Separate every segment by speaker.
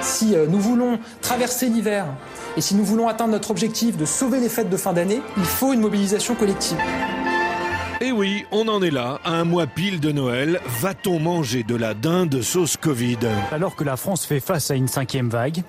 Speaker 1: Si euh, nous voulons traverser l'hiver et si nous voulons atteindre notre objectif de sauver les fêtes de fin d'année, il faut une mobilisation collective.
Speaker 2: Et Eh oui, on en est là, à un mois pile de Noël. Va-t-on manger de la dinde sauce Covid
Speaker 3: Alors que la France fait face à une cinquième vague,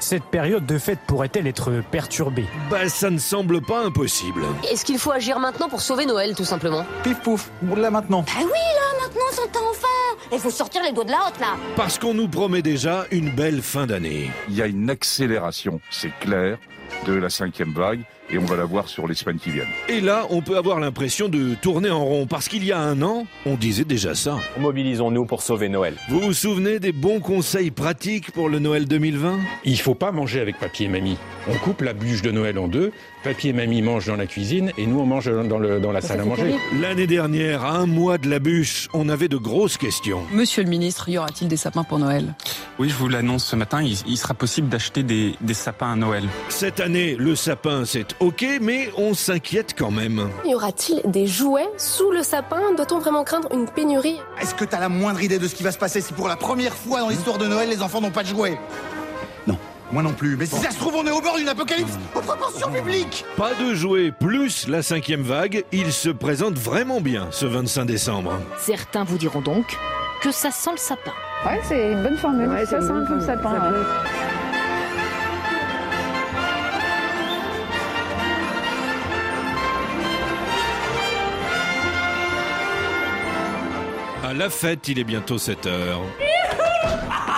Speaker 3: cette période de fête pourrait-elle être perturbée
Speaker 2: Bah ça ne semble pas impossible.
Speaker 4: Est-ce qu'il faut agir maintenant pour sauver Noël, tout simplement
Speaker 5: Pif pouf, là maintenant.
Speaker 6: Ah oui, là maintenant, son temps enfin Il faut sortir les doigts de la hotte, là
Speaker 2: Parce qu'on nous promet déjà une belle fin d'année.
Speaker 7: Il y a une accélération, c'est clair, de la cinquième vague et on va la voir sur les semaines qui viennent.
Speaker 2: Et là, on peut avoir l'impression de tourner en rond, parce qu'il y a un an, on disait déjà ça.
Speaker 8: Mobilisons-nous pour sauver Noël.
Speaker 2: Vous vous souvenez des bons conseils pratiques pour le Noël 2020
Speaker 9: Il faut pas manger avec papy et mamie. On coupe la bûche de Noël en deux, papy et mamie mangent dans la cuisine et nous on mange dans, le- dans la salle à manger.
Speaker 2: L'année dernière, à un mois de la bûche, on avait de grosses questions.
Speaker 10: Monsieur le ministre, y aura-t-il des sapins pour Noël
Speaker 11: Oui, je vous l'annonce ce matin, il, il sera possible d'acheter des, des sapins à Noël.
Speaker 2: Cette année, le sapin, c'est ok, mais on s'inquiète quand même.
Speaker 12: Y aura-t-il des jouets sous le sapin Doit-on vraiment craindre une pénurie
Speaker 5: Est-ce que t'as la moindre idée de ce qui va se passer si pour la première fois dans l'histoire de Noël, les enfants n'ont pas de jouets
Speaker 13: Non.
Speaker 5: Moi non plus. Mais si ça se trouve, on est au bord d'une apocalypse aux proportions publiques
Speaker 2: Pas de jouets plus la cinquième vague, il se présente vraiment bien ce 25 décembre.
Speaker 4: Certains vous diront donc que ça sent le sapin.
Speaker 14: Ouais, c'est une bonne formule. ça sent un peu le hein. sapin. ouais.
Speaker 2: À la fête, il est bientôt 7 heures.